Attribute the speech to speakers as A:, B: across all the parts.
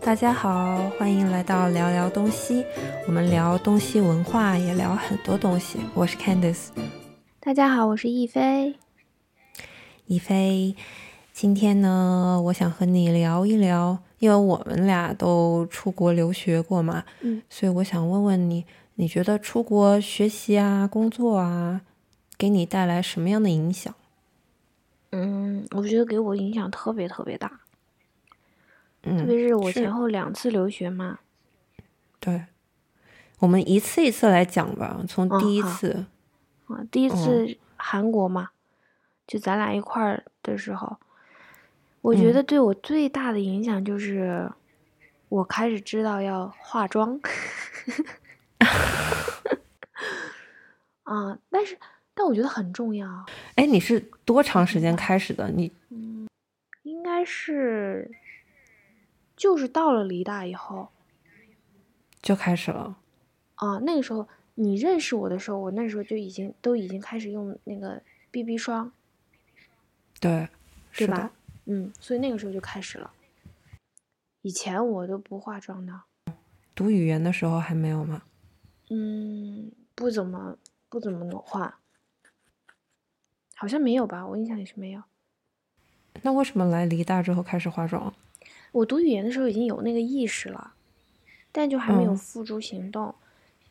A: 大家好，欢迎来到聊聊东西，我们聊东西文化，也聊很多东西。我是 Candice，
B: 大家好，我是亦菲。
A: 一菲，今天呢，我想和你聊一聊，因为我们俩都出国留学过嘛，
B: 嗯，
A: 所以我想问问你，你觉得出国学习啊、工作啊，给你带来什么样的影响？
B: 嗯，我觉得给我影响特别特别大，特
A: 嗯，
B: 别是我
A: 是
B: 前后两次留学嘛。
A: 对，我们一次一次来讲吧，从
B: 嗯
A: 第一
B: 好
A: 次，
B: 啊，第一
A: 嗯
B: 次韩国嘛，就咱俩一块儿的时候，我觉
A: 嗯
B: 得对我最大的影响就是，我开始知道要化 妆。啊，但是但我觉得很重要啊，
A: 哎，你是多长时间开始的？你
B: 应该是就是到了梨大以后
A: 就开始了？
B: 啊，那个时候你认识我的时候，我那时候就已经都已经开始用那个 BB 霜，
A: 对，是
B: 对吧
A: 的。？
B: 嗯，所以那个时候就开始了。以前我都不化妆的，
A: 读语言的时候还没有吗？
B: 嗯，不怎么不怎么化，好像没有吧？我印象里是没有。
A: 那为什么来梨大之后开始化妆？
B: 我读语言的时候已经有那个意识了，但就还没有
A: 嗯
B: 付诸行动。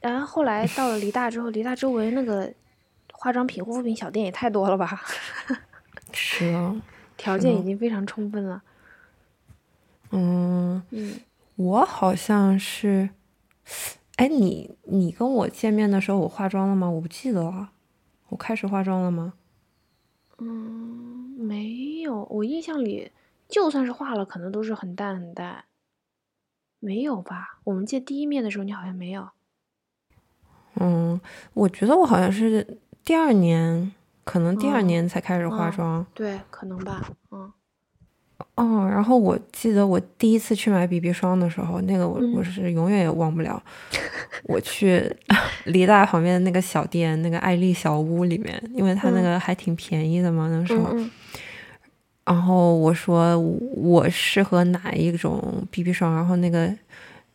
B: 然后后来到了梨大之后，梨大周围那个化妆品、护肤品小店也太多了吧，
A: 是啊，
B: 条件已
A: 的
B: 经非常充分了。
A: 嗯，
B: 嗯，
A: 我好像是，哎，你你跟我见面的时候，我化妆了吗？我不记得了，我开始化妆了吗？
B: 嗯，没有，我印象里就算是化了，可能都是很淡很淡，没有吧？我们见第一面的时候，你好像没有。
A: 嗯，我觉得我好像是第二年，可能第二
B: 哦
A: 年才开始化
B: 哦
A: 妆。
B: 对，可能吧。嗯
A: 哦，然后我记得我第一次去买 BB 霜的时候，那个我我
B: 嗯
A: 是永远也忘不 了。我去梨大旁边的那个小店，那个爱丽小屋里面，因为它那
B: 嗯
A: 个还挺便宜的嘛，那时
B: 嗯
A: 候。
B: 嗯
A: 然后我说我适合哪一种 BB 霜，然后那个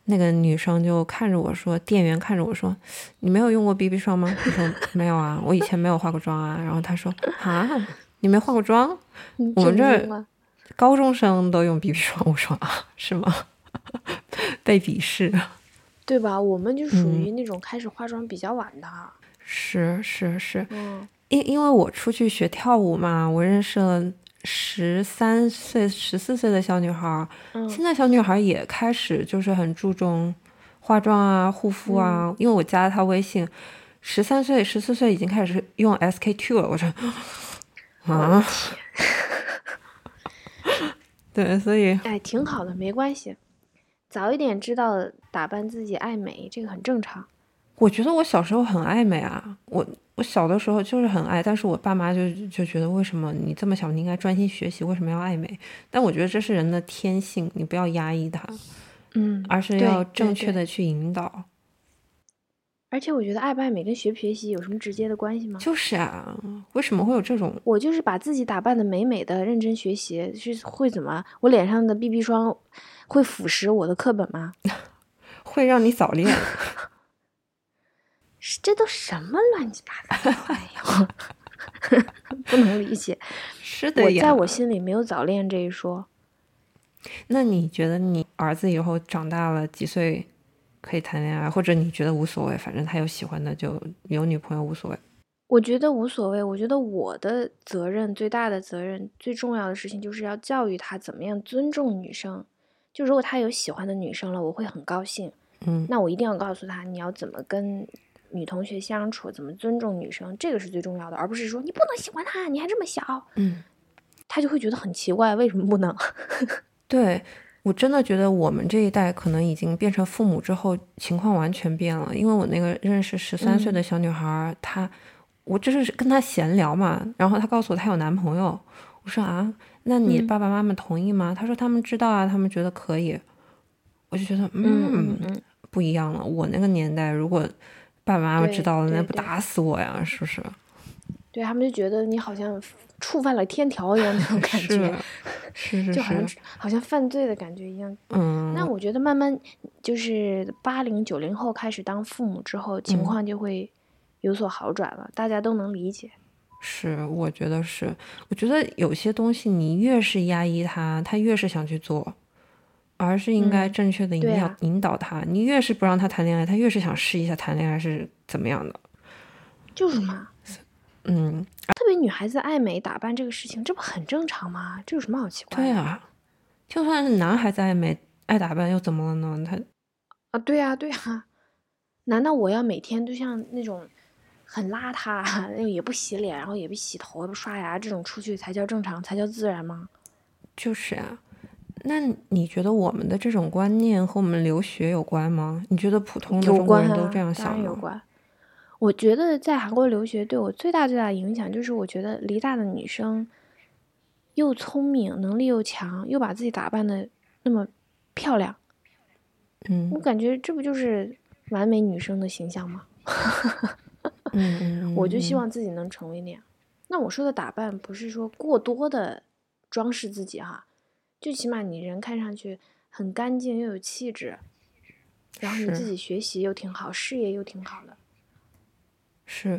A: 那个女生就看着我说，店员看着我说，你没有用过 BB 霜吗？我说 没有啊，我以前没有化过妆啊。然后她 说啊，你没化过妆？
B: 你
A: 我们
B: 震
A: 这儿
B: 惊了
A: 高中生都用 BB 霜，我说啊，是吗？ 被鄙视，
B: 对吧？我们就属
A: 嗯
B: 于那种开始化妆比较晚的。啊
A: 是是是，
B: 嗯
A: 因因为我出去学跳舞嘛，我认识了十三岁、十四岁的小女孩儿，现
B: 嗯
A: 在小女孩儿也开始就是很注重化妆啊、护肤啊，因为我加了她微信，十三岁、十四岁已经开始用 SK two 了，我说啊，对，所以
B: 哎，挺好的，没关系。早一点知道打扮自己爱美，这个很正常。
A: 我觉得我小时候很爱美啊，我我小的时候就是很爱，但是我爸妈就就觉得为什么你这么小，你应该专心学习，为什么要爱美？但我觉得这是人的天性，你不要压抑它，
B: 嗯，
A: 而是
B: 对
A: 要
B: 对
A: 正确
B: 对
A: 的去引导。
B: 而且我觉得爱不爱美跟学不学习有什么直接的关系吗？
A: 就是啊，为什么会有这种？
B: 我就是把自己打扮的美美的，认真学习是会怎么？我脸上的 BB 霜会腐蚀我的课本吗？
A: 会让你早恋，
B: 是这都什么乱七八糟的玩意儿？ 不能理解。
A: 是的
B: 我在
A: 呀。
B: 我心里没有早恋这一说。
A: 那你觉得你儿子以后长大了几岁可以谈恋爱，或者你觉得无所谓，反正他有喜欢的就有女朋友无所谓。
B: 我觉得无所谓。我觉得我的责任最大的责任、最重要的事情就是要教育他怎么样尊重女生。就如果他有喜欢的女生了，我会很高兴。
A: 嗯
B: 那我一定要告诉他你要怎么跟女同学相处，怎么尊重女生，这个是最重要的，而不是说你不能喜欢她，你还这么小，
A: 嗯。
B: 他就会觉得很奇怪，为什么不能？
A: 对，我真的觉得我们这一代可能已经变成父母之后，情况完全变了。因为我那个认识十三
B: 嗯
A: 岁的小女孩儿，她我就是跟她闲聊嘛，然后她告诉我她有男朋友，我说啊，那你
B: 嗯
A: 爸爸妈妈同意吗？她说他们知道啊，他们觉得可以。我就觉得嗯，
B: 嗯，
A: 不一样了。我那个年代，如果爸爸妈妈
B: 对
A: 知道了，那
B: 对
A: 不
B: 对
A: 打死我呀，是不是？
B: 对他们就觉得你好像触犯了天条一样那种感觉，
A: 是是
B: 就好像
A: 是，
B: 好像犯罪的感觉一样。
A: 嗯，
B: 那我觉得慢慢就是八零九零后开始当父母之后，情
A: 嗯
B: 况就会有所好转了，大家都能理解。
A: 是，我觉得是，我觉得有些东西你越是压抑他，他越是想去做，而是应该
B: 嗯
A: 正确的引
B: 对
A: 导、
B: 啊
A: 引导他。你越是不让他谈恋爱，他越是想试一下谈恋爱是怎么样的。
B: 就是嘛，
A: 嗯，
B: 特别女孩子爱美打扮这个事情，这不很正常吗？这有什么好奇怪的？
A: 对啊，就算是男孩子爱美爱打扮又怎么了呢？他
B: 啊，对呀、对呀、难道我要每天都像那种很邋遢， 那个也不洗脸，然后也不洗头，也不刷牙这种出去才叫正常，才叫自然吗？
A: 就是啊。那你觉得我们的这种观念和我们留学有关吗？你觉得普通的
B: 有
A: 中国
B: 关
A: 人
B: 啊，
A: 都这样
B: 当
A: 想
B: 然有
A: 吗？
B: 关。我觉得在韩国留学对我最大最大的影响就是，我觉得梨大的女生又聪明，能力又强，又把自己打扮的那么漂亮，
A: 嗯
B: 我感觉这不就是完美女生的形象吗？
A: 嗯嗯，
B: 我就希
A: 嗯
B: 望自己能成为那样。那我说的打扮不是说过多的装饰自己哈，就起码你人看上去很干净又有气质，然后你自
A: 是
B: 己学习又挺好，事业又挺好的。
A: 是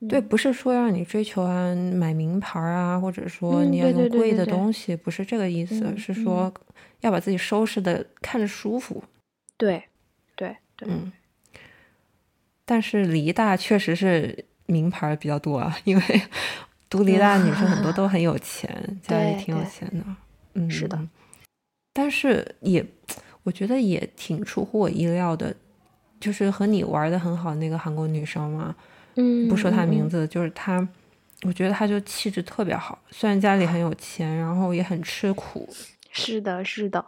B: 嗯
A: 对，不是说让你追求啊，买名牌儿啊，或者说
B: 嗯
A: 你要
B: 对对
A: 用
B: 对
A: 贵
B: 对
A: 的
B: 对
A: 东西，不是这个意思，
B: 嗯
A: 是
B: 嗯
A: 说要把自己收拾的看着舒服。
B: 对，对对，
A: 嗯，但是梨大确实是名牌儿比较多啊，因为 读梨大的女生很多都很有 钱，家里
B: 嗯对
A: 挺有
B: 对
A: 钱的。嗯，
B: 是的
A: 嗯，但是也我觉得也挺出乎我意料的，就是和你玩的很好那个韩国女生嘛，
B: 嗯，
A: 不说她名
B: 字，
A: 字，就是她，我觉得她就气质特别好，虽然家里很有钱，然后也很吃苦，
B: 嗯是的，是的，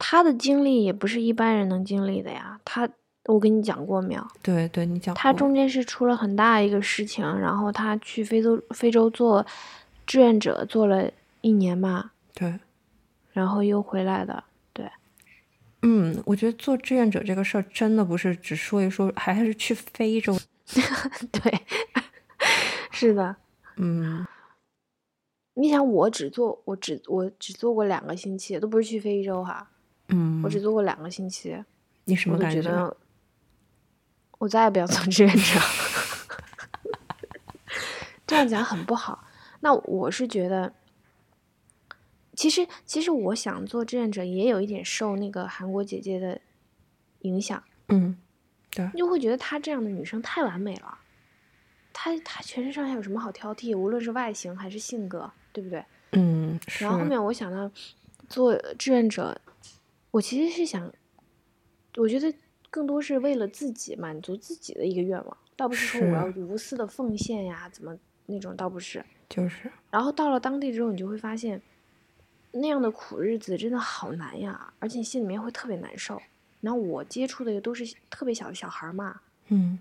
B: 他的经历也不是一般人能经历的呀。他，我跟你讲过没有？
A: 对对，你讲
B: 他
A: 过
B: 中间是出了很大一个事情，然后他去非洲非洲做志愿者，做了一年嘛，
A: 对，
B: 然后又回来的。
A: 嗯，我觉得做志愿者这个事儿真的不是只说一说，还还是去非洲，
B: 对，是的。
A: 嗯
B: 你想，我只做我只我只做过两个星期，都不是去非洲哈，我只
A: 嗯，
B: 做过两个星期，
A: 你什
B: 我
A: 么
B: 就
A: 感
B: 觉
A: 觉？
B: 得我再也不要做志愿者。 这样讲很不好。那我是觉得，其实其实我想做志愿者，也有一点受那个韩国姐姐的影响，
A: 嗯，
B: 你就会觉得她这样的女生太完美了。她她全身上下有什么好挑剔？无论是外形还是性格，对不对？
A: 嗯，是
B: 然后后面我想到做志愿者，我其实是想，我觉得更多是为了自己满足自己的一个愿望，倒不是说我要无私的奉献呀，怎么那种倒不是。
A: 就是
B: 然后到了当地之后，你就会发现，那样的苦日子真的好难呀，而且你心里面会特别难受。然后我接触的也都是特别小的小孩儿嘛，
A: 嗯，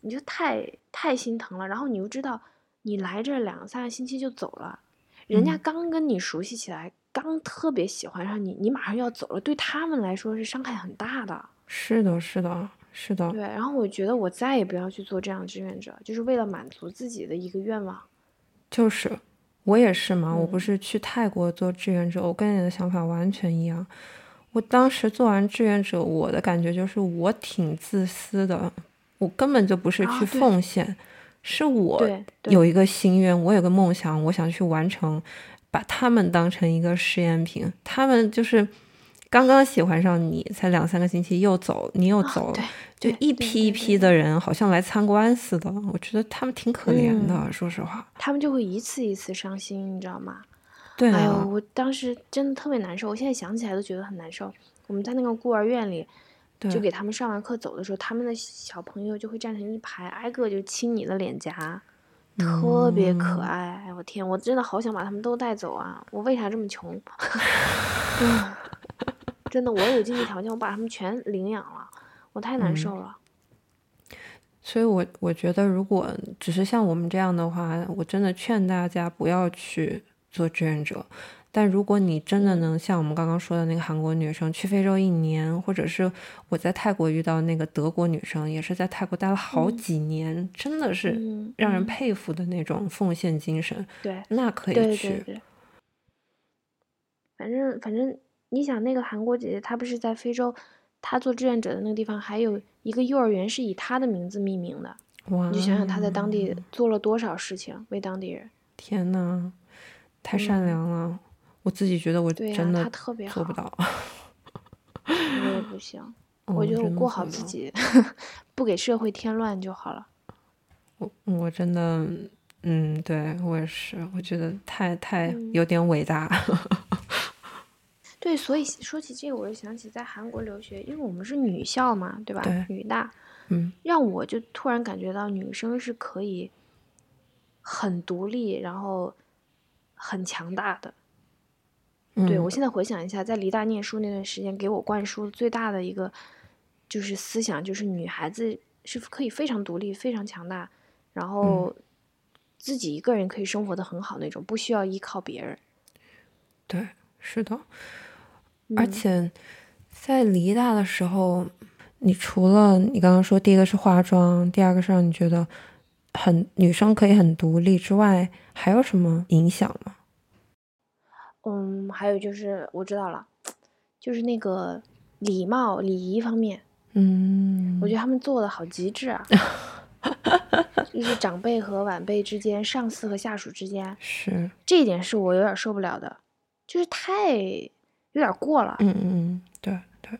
B: 你就太太心疼了。然后你又知道，你来这儿两三个星期就走了，人家
A: 嗯
B: 刚跟你熟悉起来，刚特别喜欢上你，你马上要走了，对他们来说是伤害很大的。
A: 是的，是的，是的
B: 对，，然后我觉得我再也不要去做这样的志愿者，就是为了满足自己的一个愿望。
A: 就是我也是嘛，我不
B: 嗯
A: 是去泰国做志愿者，我跟你的想法完全一样。我当时做完志愿者，我的感觉就是我挺自私的，我根本就不是
B: 啊
A: 去
B: 对
A: 奉献，是我
B: 对对
A: 有一个心愿，我有个梦想，我想去完成，把他们当成一个试验品，他们就是。刚刚喜欢上你，才两三个星期又走，你又
B: 啊
A: 走，
B: 对，
A: 就
B: 对
A: 一
B: 对
A: 批一
B: 对对
A: 批
B: 对
A: 的人，好像来参观似的。我觉得他们挺可怜的，
B: 嗯
A: 说实话。
B: 他们就会一次一次伤心，你知道吗？
A: 对
B: 哎
A: 啊
B: 呦，，我当时真的特别难受，我现在想起来都觉得很难受。我们在那个孤儿院里，
A: 对
B: 就给他们上完课走的时候，他们的小朋友就会站成一排，挨个就亲你的脸颊，特别
A: 嗯
B: 可爱。哎，我天，我真的好想把他们都带走啊！我为啥这 么穷？真的，我有经济条件，我把他们全领养了，我太
A: 嗯
B: 难受了。
A: 所以我，我觉得，如果只是像我们这样的话，我真的劝大家不要去做志愿者。但如果你真的能像我们刚刚说的那个韩国女生去非洲一年，或者是我在泰国遇到那个德国女生，也是在泰国待了好几年，真的是
B: 嗯，
A: 让人
B: 嗯
A: 佩服的那种奉献精神，
B: 对，
A: 那可以
B: 对
A: 去。
B: 对对，反正反正你想那个韩国姐姐，她不是在非洲，她做志愿者的那个地方，还有一个幼儿园是以她的名字命名的，
A: 哇，
B: 你就想想她在当地
A: 嗯
B: 做了多少事情，为当地人。
A: 天呐，太善
B: 嗯
A: 良了，我自己觉得我
B: 对呀、
A: 真
B: 她
A: 的
B: 特别好，
A: 做不到。
B: 我也不行，我
A: 嗯
B: 觉得我
A: 真的
B: 过
A: 做
B: 好
A: 不
B: 自
A: 到
B: 己， 不给社会添乱就好了。
A: 我我真的，嗯，对我也是，我觉得太太
B: 嗯
A: 有点伟大。
B: 对，所以说起这个，我就想起在韩国留学，因为我们是女校嘛，对吧？
A: 对
B: 女大，
A: 嗯，
B: 让我就突然感觉到女生是可以很独立，然后很强大的。对
A: 嗯
B: 我现在回想一下，在梨大念书那段时间，给我灌输最大的一个就是思想，就是女孩子是可以非常独立、非常强大，然
A: 嗯
B: 后自己一个人可以生活的很好那种，不需要依靠别人。
A: 对，是的，而
B: 嗯
A: 且在梨大的时候，你除了你刚刚说第一个是化妆，第二个是让你觉得很女生可以很独立之外，还有什么影响吗？
B: 嗯，还有就是我知道了，就是那个礼貌、礼仪方面，
A: 嗯，
B: 我觉得他们做的好极致 啊！就是长辈和晚辈之间，上司和下属之间，
A: 是，
B: 这一点是我有点受不了的，就是太有点过了。
A: 嗯嗯嗯，对对，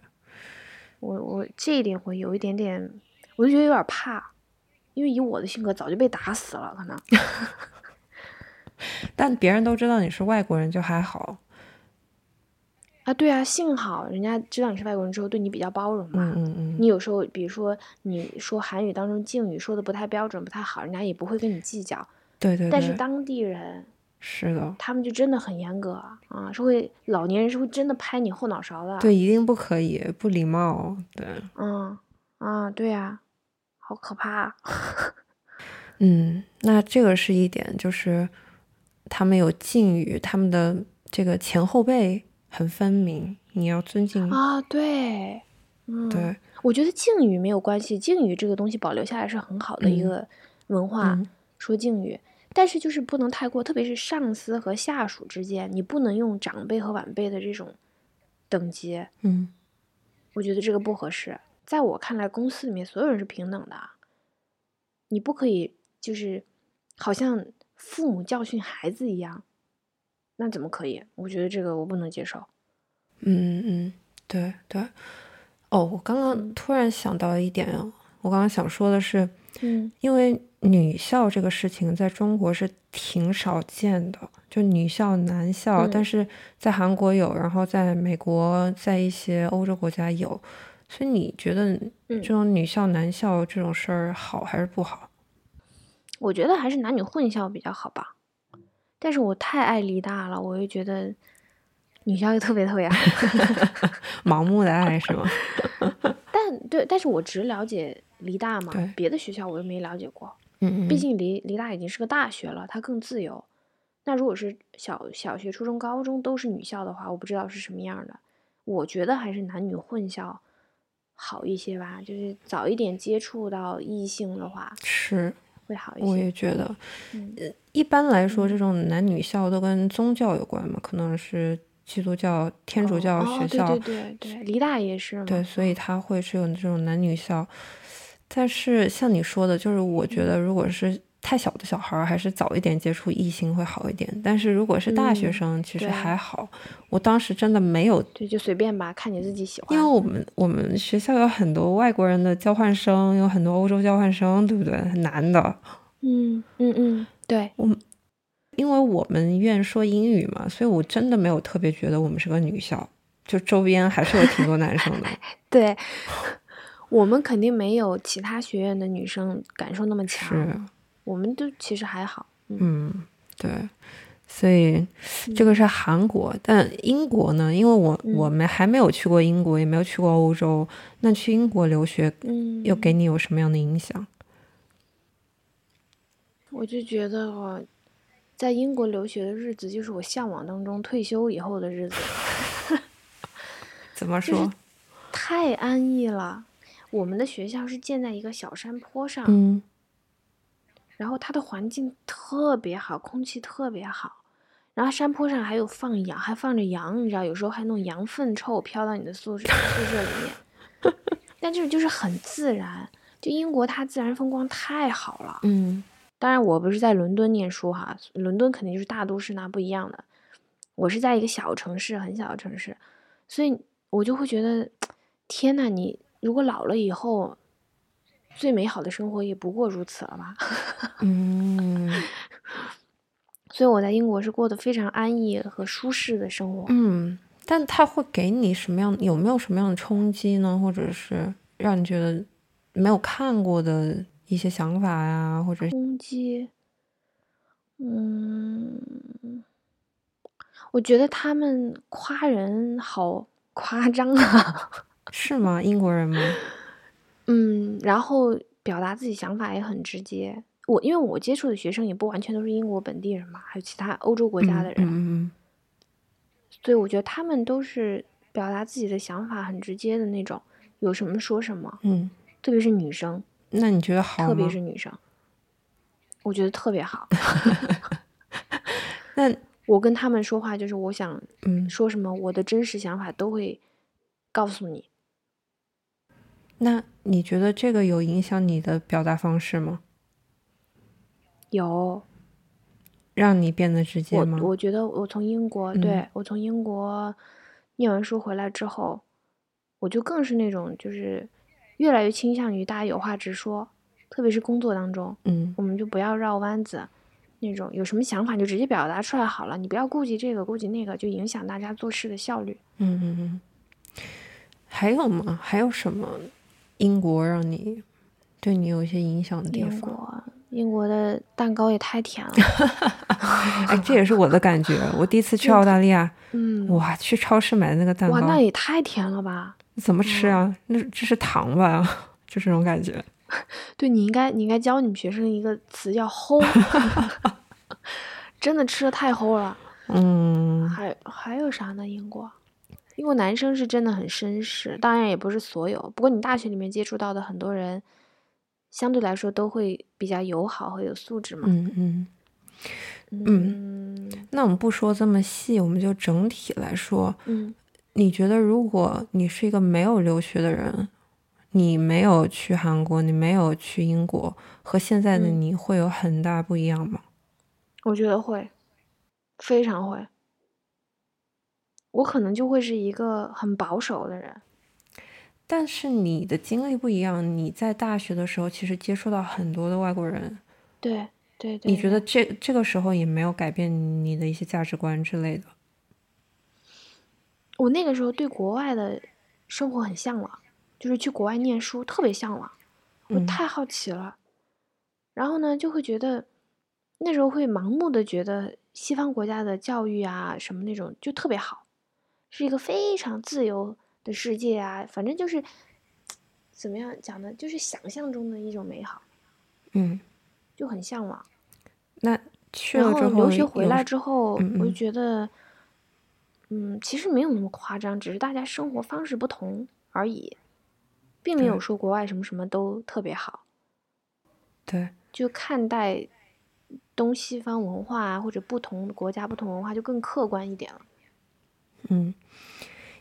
B: 我我这一点我有一点点，我就觉得有点怕，因为以我的性格，早就被打死了，可能。
A: 但别人都知道你是外国人就还好。
B: 啊，对啊，幸好人家知道你是外国人之后，对你比较包容嘛。
A: 嗯嗯嗯，
B: 你有时候，比如说你说韩语当中敬语说的不太标准、不太好，人家也不会跟你计较。
A: 对对对，
B: 但是当地人
A: 是的，
B: 他们就真的很严格啊，啊是会老年人是会真的拍你后脑勺的。，
A: 对，一定不可以不礼貌，对。
B: 嗯啊，对啊，好可怕 啊、
A: 嗯，那这个是一点，就是他们有敬语，他们的这个前后辈很分明，你要尊敬。
B: 啊！对，嗯，
A: 对，
B: 我觉得敬语没有关系，敬语这个东西保留下来是很好的一
A: 嗯
B: 个文化，
A: 嗯，
B: 说敬语。但是就是不能太过，特别是上司和下属之间，你不能用长辈和晚辈的这种等级，
A: 嗯，
B: 我觉得这个不合适。在我看来，公司里面所有人是平等的啊，你不可以就是好像父母教训孩子一样，那怎么可以？我觉得这个我不能接受。
A: 嗯嗯，对对。哦，我刚刚
B: 嗯
A: 突然想到一点啊，我刚刚想说的是，
B: 嗯
A: 因为女校这个事情在中国是挺少见的，就女校、男校，
B: 嗯
A: 但是在韩国有，然后在美国、在一些欧洲国家有，所以你觉得
B: 嗯
A: 这种女校、男校这种事儿好还是不好？
B: 我觉得还是男女混校比较好吧。但是我太爱梨大了，我又觉得女校又特别特别好。
A: 盲目的爱是吗？
B: 但对，但是我只了解梨大嘛
A: 对，
B: 别的学校我又没了解过。
A: 嗯嗯，
B: 毕竟梨梨大已经是个大学了，它更自由。那如果是小小学、初中、高中都是女校的话，我不知道是什么样的。我觉得还是男女混校好一些吧，就是早一点接触到异性的话
A: 是，
B: 会好一
A: 我
B: 些。
A: 也觉得，
B: 嗯
A: 呃一般来说这种男女校都跟宗教有关嘛，可能是基督教、天主教
B: 哦
A: 学校，
B: 哦、对对对对，梨大也是嘛。
A: 对，所以它会是有这种男女校。但是像你说的，就是我觉得如果是太小的小孩儿，还是早一点接触异性会好一点。但是如果是大学
B: 嗯
A: 生，其实
B: 对
A: 还好。我当时真的没有，
B: 对，就随便吧，看你自己喜
A: 因
B: 欢。
A: 为我们我们学校有很多外国人的交换生，有很多欧洲交换生，对不对？很难的。
B: 嗯嗯嗯，对，
A: 因为我们院说英语嘛，所以我真的没有特别觉得我们是个女校，就周边还是有挺多男生 的。
B: 对，我们肯定没有其他学院的女生感受那么强，
A: 是，
B: 我们都其实还好。嗯
A: 嗯，对，所以这个是韩国，但英国呢？因为我我
B: 嗯
A: 们还没有去过英国，也没有去过欧洲，那去英国留学
B: 嗯，
A: 又给你有什么样的影响？
B: 我就觉得哦，在英国留学的日子，就是我向往当中退休以后的日子，
A: 怎么
B: 就
A: 说
B: 是？太安逸了。我们的学校是建在一个小山坡上，
A: 嗯
B: 然后它的环境特别好，空气特别好，然后山坡上还有放羊，还放着羊，你知道，有时候还弄羊粪臭飘到你的宿舍宿舍里面， 但这就是很自然。就英国，它自然风光太好了。
A: 嗯
B: 当然，我不是在伦敦念书哈，伦敦肯定就是大都市，那不一样的。我是在一个小城市，很小的城市，所以我就会觉得，天呐，你如果老了以后，最美好的生活也不过如此了吧？
A: 嗯
B: 所以我在英国是过得非常安逸和舒适的生活。
A: 嗯，但它会给你什么样？有没有什么样的冲击呢？或者是让你觉得没有看过的一些想法呀、或者
B: 攻击，嗯，我觉得他们夸人好夸张啊，
A: 是吗？英国人吗？
B: 嗯，然后表达自己想法也很直接。我因为我接触的学生也不完全都是英国本地人嘛，还有其他欧洲国家的人，
A: 嗯嗯
B: 所以我觉得他们都是表达自己的想法很直接的那种，有什么说什么，
A: 嗯嗯，
B: 特别是女生。
A: 那你觉得哦好吗？
B: 特别是女生，我觉得特别好。
A: 那
B: 我跟他们说话，就是我想
A: 嗯，
B: 说什么，我的真实想法都会告诉你。
A: 那你觉得这个有影响你的表达方式吗？
B: 有
A: 让你变得直接
B: 我
A: 吗？，
B: 我觉得我从英国，
A: 嗯
B: 对我从英国念完书回来之后，我就更是那种就是越来越倾向于大家有话直说，特别是工作当中，
A: 嗯
B: 我们就不要绕弯子。那种有什么想法就直接表达出来好了，你不要顾及这个顾及那个，就影响大家做事的效率。
A: 嗯嗯嗯。还有吗？还有什么英国让你对你有一些影响的地
B: 英
A: 方？
B: 国，英国的蛋糕也 太甜了。
A: 哎，这也是我的感觉。我第一次去澳大利亚，
B: 嗯，
A: 哇，去超市买的那个蛋
B: 哇，嗯
A: 糕，
B: 那也太甜了吧！
A: 怎么吃啊？那这是糖吧？ 就这种感觉。
B: 对你应该，你应该教你们学生一个词叫“齁”， 真的吃的太齁了。
A: 嗯
B: 还还有啥呢？英国，英国男生是真的很绅士，当然也不是所有。不过你大学里面接触到的很多人，相对来说都会比较友好和有素质嘛。
A: 嗯嗯。
B: 嗯
A: 那我们不说这么细，我们就整体来说，
B: 嗯
A: 你觉得如果你是一个没有留学的人，你没有去韩国，你没有去英国，和现在的
B: 嗯
A: 你会有很大不一样吗？
B: 我觉得会，非常会。我可能就会是一个很保守的人。
A: 但是你的经历不一样，你在大学的时候其实接触到很多的外国人，
B: 对对对。
A: 你觉得这这个时候也没有改变你的一些价值观之类的？
B: 我那个时候对国外的生活很向往，就是去国外念书特别向往，我
A: 嗯
B: 太好奇了。然后呢，就会觉得那时候会盲目的觉得西方国家的教育啊什么那种就特别好，是一个非常自由的世界啊，反正就是怎么样讲呢，就是想象中的一种美好，
A: 嗯，
B: 就很向往。
A: 那去
B: 然
A: 了
B: 后
A: 之后
B: 留学回
A: 有
B: 来之后，
A: 嗯
B: 我就
A: 嗯
B: 觉得，嗯，其实没有那么夸张，只是大家生活方式不同而已，并没有
A: 对
B: 说国外什么什么都特别好，
A: 对，
B: 就看待东西方文化啊，或者不同国家、不同文化就更客观一点了。
A: 嗯，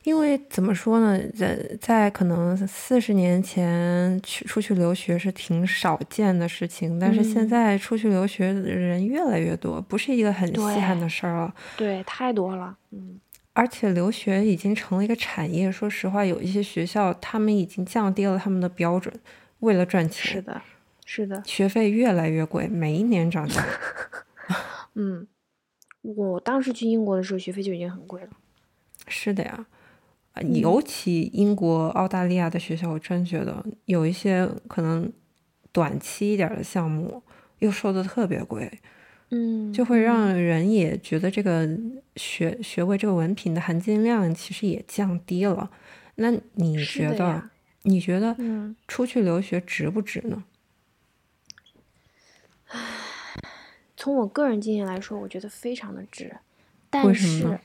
A: 因为怎么说呢，在在可能四十年前去出去留学是挺少见的事情，但是现
B: 嗯
A: 在出去留学的人越来越多，不是一个很稀罕
B: 对
A: 的事儿了。
B: 对，太多了，嗯，
A: 而且留学已经成了一个产业，说实话，有一些学校他们已经降低了他们的标准，为了赚
B: 是
A: 钱，
B: 的，是的，
A: 学费越来越贵，每一年涨价。
B: 嗯，我当时去英国的时候，学费就已经很贵了。
A: 是的呀，呃
B: 嗯
A: 尤其英国、澳大利亚的学校，我真觉得有一些可能短期一点儿的项目，又收的特别贵，
B: 嗯，
A: 就会
B: 嗯
A: 让人也觉得这个学学位、这个文凭的含金量其实也降低了。那你
B: 是
A: 觉
B: 的
A: 得
B: 呀，，
A: 你觉得
B: 嗯。
A: 出去留学值不值呢？
B: 从我个人经验来说，我觉得非常的值，
A: 为
B: 但
A: 什么呢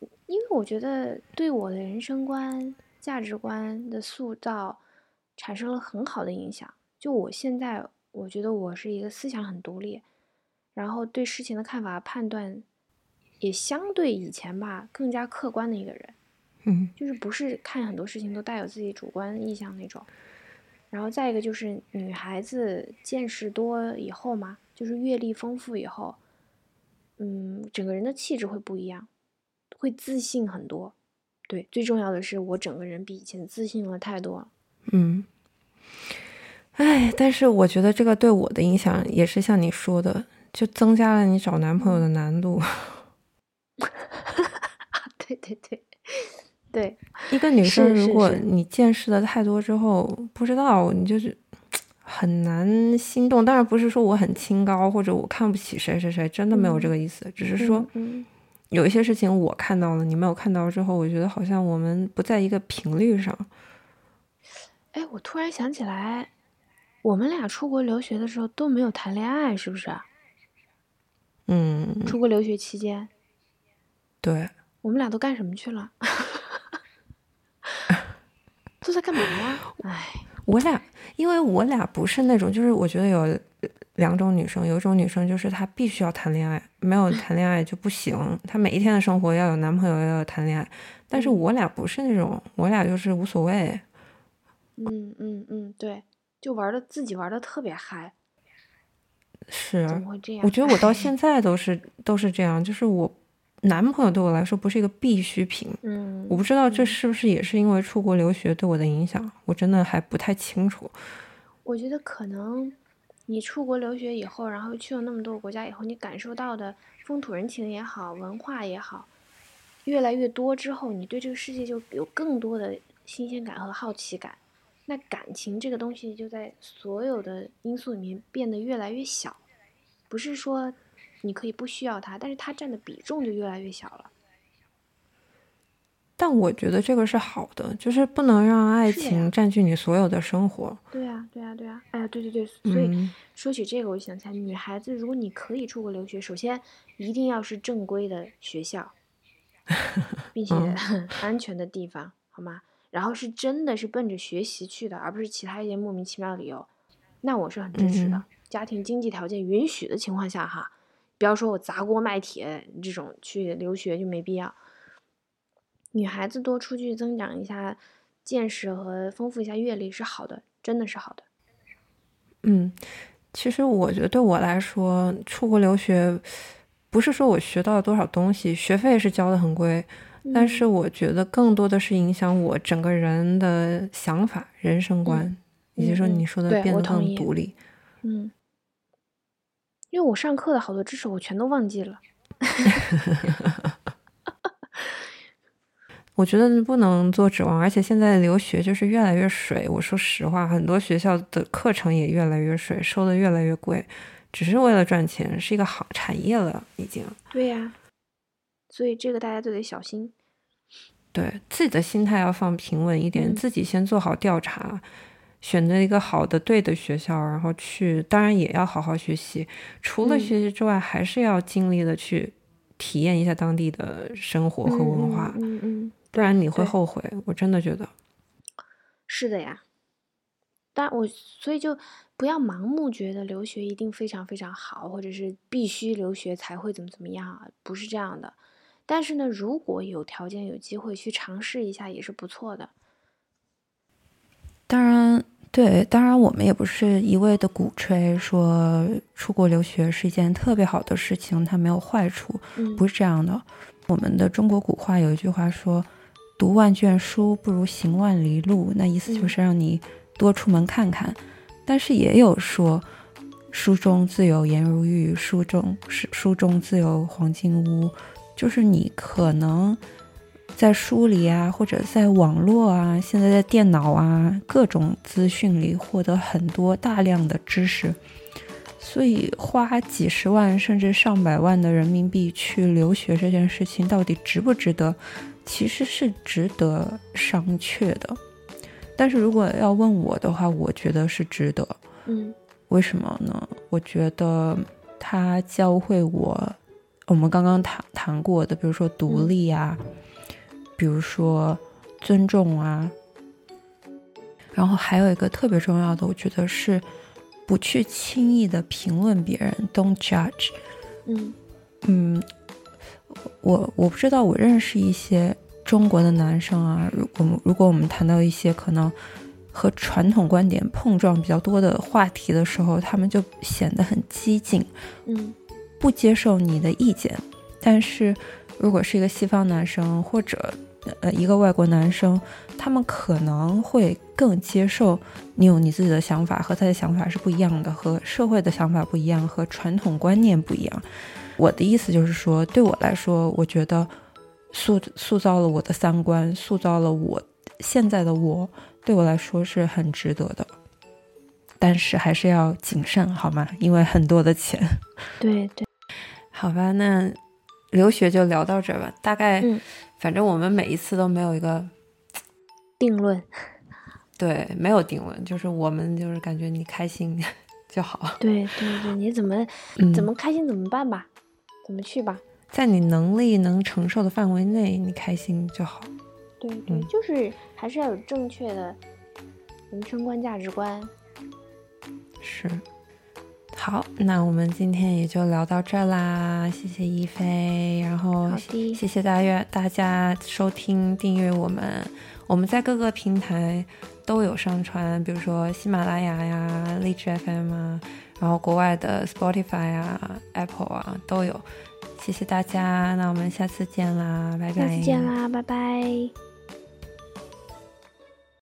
B: 是因为我觉得对我的人生观、价值观的塑造产生了很好的影响。就我现在，我觉得我是一个思想很独立，然后对事情的看法、判断也相对以前吧更加客观的一个人。
A: 嗯
B: 就是不是看很多事情都带有自己主观意向那种。然后再一个就是女孩子见识多以后嘛，就是阅历丰富以后，嗯，整个人的气质会不一样，会自信很多。对，最重要的是我整个人比以前自信了太多了。
A: 嗯。哎，但是我觉得这个对我的影响也是像你说的，就增加了你找男朋
B: 嗯
A: 友的难度。
B: 对对对，对，
A: 一个女
B: 是
A: 生，
B: 是
A: 如果
B: 是
A: 你见识的太多之后，不知道你就是很难心动。当然不是说我很清高或者我看不起谁谁谁，真的没有这
B: 嗯
A: 个意思，只是说
B: 嗯，
A: 有一些事情我看到了，你没有看到之后，我觉得好像我们不在一个频率上。
B: 哎、我突然想起来，我们俩出国留学的时候都没有谈恋爱，是不是啊？
A: 嗯，
B: 出国留学期间，
A: 对，
B: 我们俩都干什么去了？ 都在干嘛呀？哎，
A: 我俩，因为我俩不是那种，就是我觉得有呃两种女生，有一种女生就是她必须要谈恋爱，没 有谈恋爱就不行，她每一天的生活要有男朋友，要有谈恋爱。但是
B: 嗯
A: 我俩不是那种，我俩就是无所谓。
B: 嗯嗯嗯，对，就玩的自己玩的特别嗨，
A: 是，啊
B: 怎么会这样？
A: 嗯我觉得我到现在都 是都是这样，就是我男朋友对我来说不是一个必需品。
B: 嗯，
A: 我不知道这是不是也是因为出国留学对我的影响，我真的还不太清楚。
B: 我觉得可能你出国留学以后，然后去了那么多个国家以后，你感受到的风土人情也好，文化也好，越来越多之后，你对这个世界就有更多的新鲜感和好奇感。那感情这个东西就在所有的因素里面变得越来越小，不是说你可以不需要它，但是它占的比重就越来越小了。
A: 但我觉得这个是好的，就是不能让爱
B: 是呀
A: 情占据你所有的生活。
B: 对啊，对啊，对啊，哎呀，对对对，所以、
A: 嗯，
B: 说起这个，我就想起来，女孩子如果你可以出国留学，首先一定要是正规的学校，并且 安全的地方，好吗？然后是真的是奔着学习去的，而不是其他一些莫名其妙的理由。那我是很支持的，
A: 嗯
B: 家庭经济条件允许的情况下哈，不要说我砸锅卖铁这种去留学就没必要。女孩子多出去增长一下见识和丰富一下阅历是好的，真的是好的。
A: 嗯，其实我觉得对我来说，出国留学不是说我学到了多少东西，学费是交的很贵，但是
B: 嗯
A: 我觉得更多的是影响我整个人的想法、人生观，以及
B: 嗯
A: 说
B: 嗯
A: 你说的
B: 对
A: 变
B: 我
A: 得
B: 同
A: 更
B: 意
A: 独立。
B: 嗯，因为我上课的好多知识我全都忘记了。
A: 我觉得不能做指望，而且现在留学就是越来越水。我说实话，很多学校的课程也越来越水，收的越来越贵，只是为了赚钱，是一个行产业了，已经。
B: 对呀、所以这个大家都得小心。
A: 对自己的心态要放平稳一点，
B: 嗯
A: 自己先做好调查，选择一个好的、对的学校，然后去。当然也要好好学习，除了
B: 嗯
A: 学习之外，还是要尽力的去体验一下当地的生活和文化，
B: 嗯嗯嗯，
A: 不然你
B: 对
A: 会后悔。我真的觉得，
B: 是的呀。但我所以就不要盲目觉得留学一定非常非常好，或者是必须留学才会怎么怎么样啊，不是这样的。但是呢，如果有条件、有机会去尝试一下也是不错的。
C: 当然，对，当然我们也不是一味的鼓吹说出国留学是一件特别好的事情，它没有坏处，
B: 嗯，
C: 不是这样的。我们的中国古话有一句话说：“读万卷书不如行万里路”，那意思就
B: 嗯
C: 是让你多出门看看。但是也有说：“书中自有颜如玉，书中书书中自有黄金屋。”就是你可能在书里啊，或者在网络啊，现在在电脑啊各种资讯里获得很多大量的知识，所以花几十万甚至上百万的人民币去留学这件事情到底值不值得，其实是值得商榷的。但是如果要问我的话，我觉得是值得。
B: 嗯
C: 为什么呢？我觉得
A: 它教会我我们刚刚谈谈过的，比如说独立啊，比如说尊重啊，然后还有一个特别重要的，我觉得是不去轻易的评论别人，don't judge。
B: 嗯
A: 嗯，我我不知道，我认识一些中国的男生啊，如我们如果我们谈到一些可能和传统观点碰撞比较多的话题的时候，他们就显得很激进，
B: 嗯
A: 不接受你的意见。但是如果是一个西方男生或者呃一个外国男生，他们可能会更接受你有你自己的想法，和他的想法是不一样的，和社会的想法不一样，和传统观念不一样。我的意思就是说，对我来说，我觉得塑塑造了我的三观，塑造了我现在的我，对我来说是很值得的。但是还是要谨慎，好吗？因为很多的钱。
B: 对对，
D: 好吧，那留学就聊到这儿吧。大概，
B: 嗯
D: 反正我们每一次都没有一个
B: 定论，
D: 对，没有定论，就是我们就是感觉你开心 就好。
B: 对对对，你怎么
D: 嗯
B: 怎么开心怎么办吧，怎么去吧，
D: 在你能力能承受的范围内，你开心就好。
B: 对对，
D: 嗯
B: 就是还是要有正确的人生观、价值观。
D: 是。好，那我们今天也就聊到这儿啦，谢谢一菲，然后
B: 好的
D: 谢谢大家大家收听订阅我们，我们在各个平台都有上传，比如说喜马拉雅呀、荔枝 FM 啊，然后国外的 Spotify 啊、Apple 啊都有，谢谢大家，那我们下次见啦，拜
B: 下
D: 拜，
B: 次见啦，拜拜。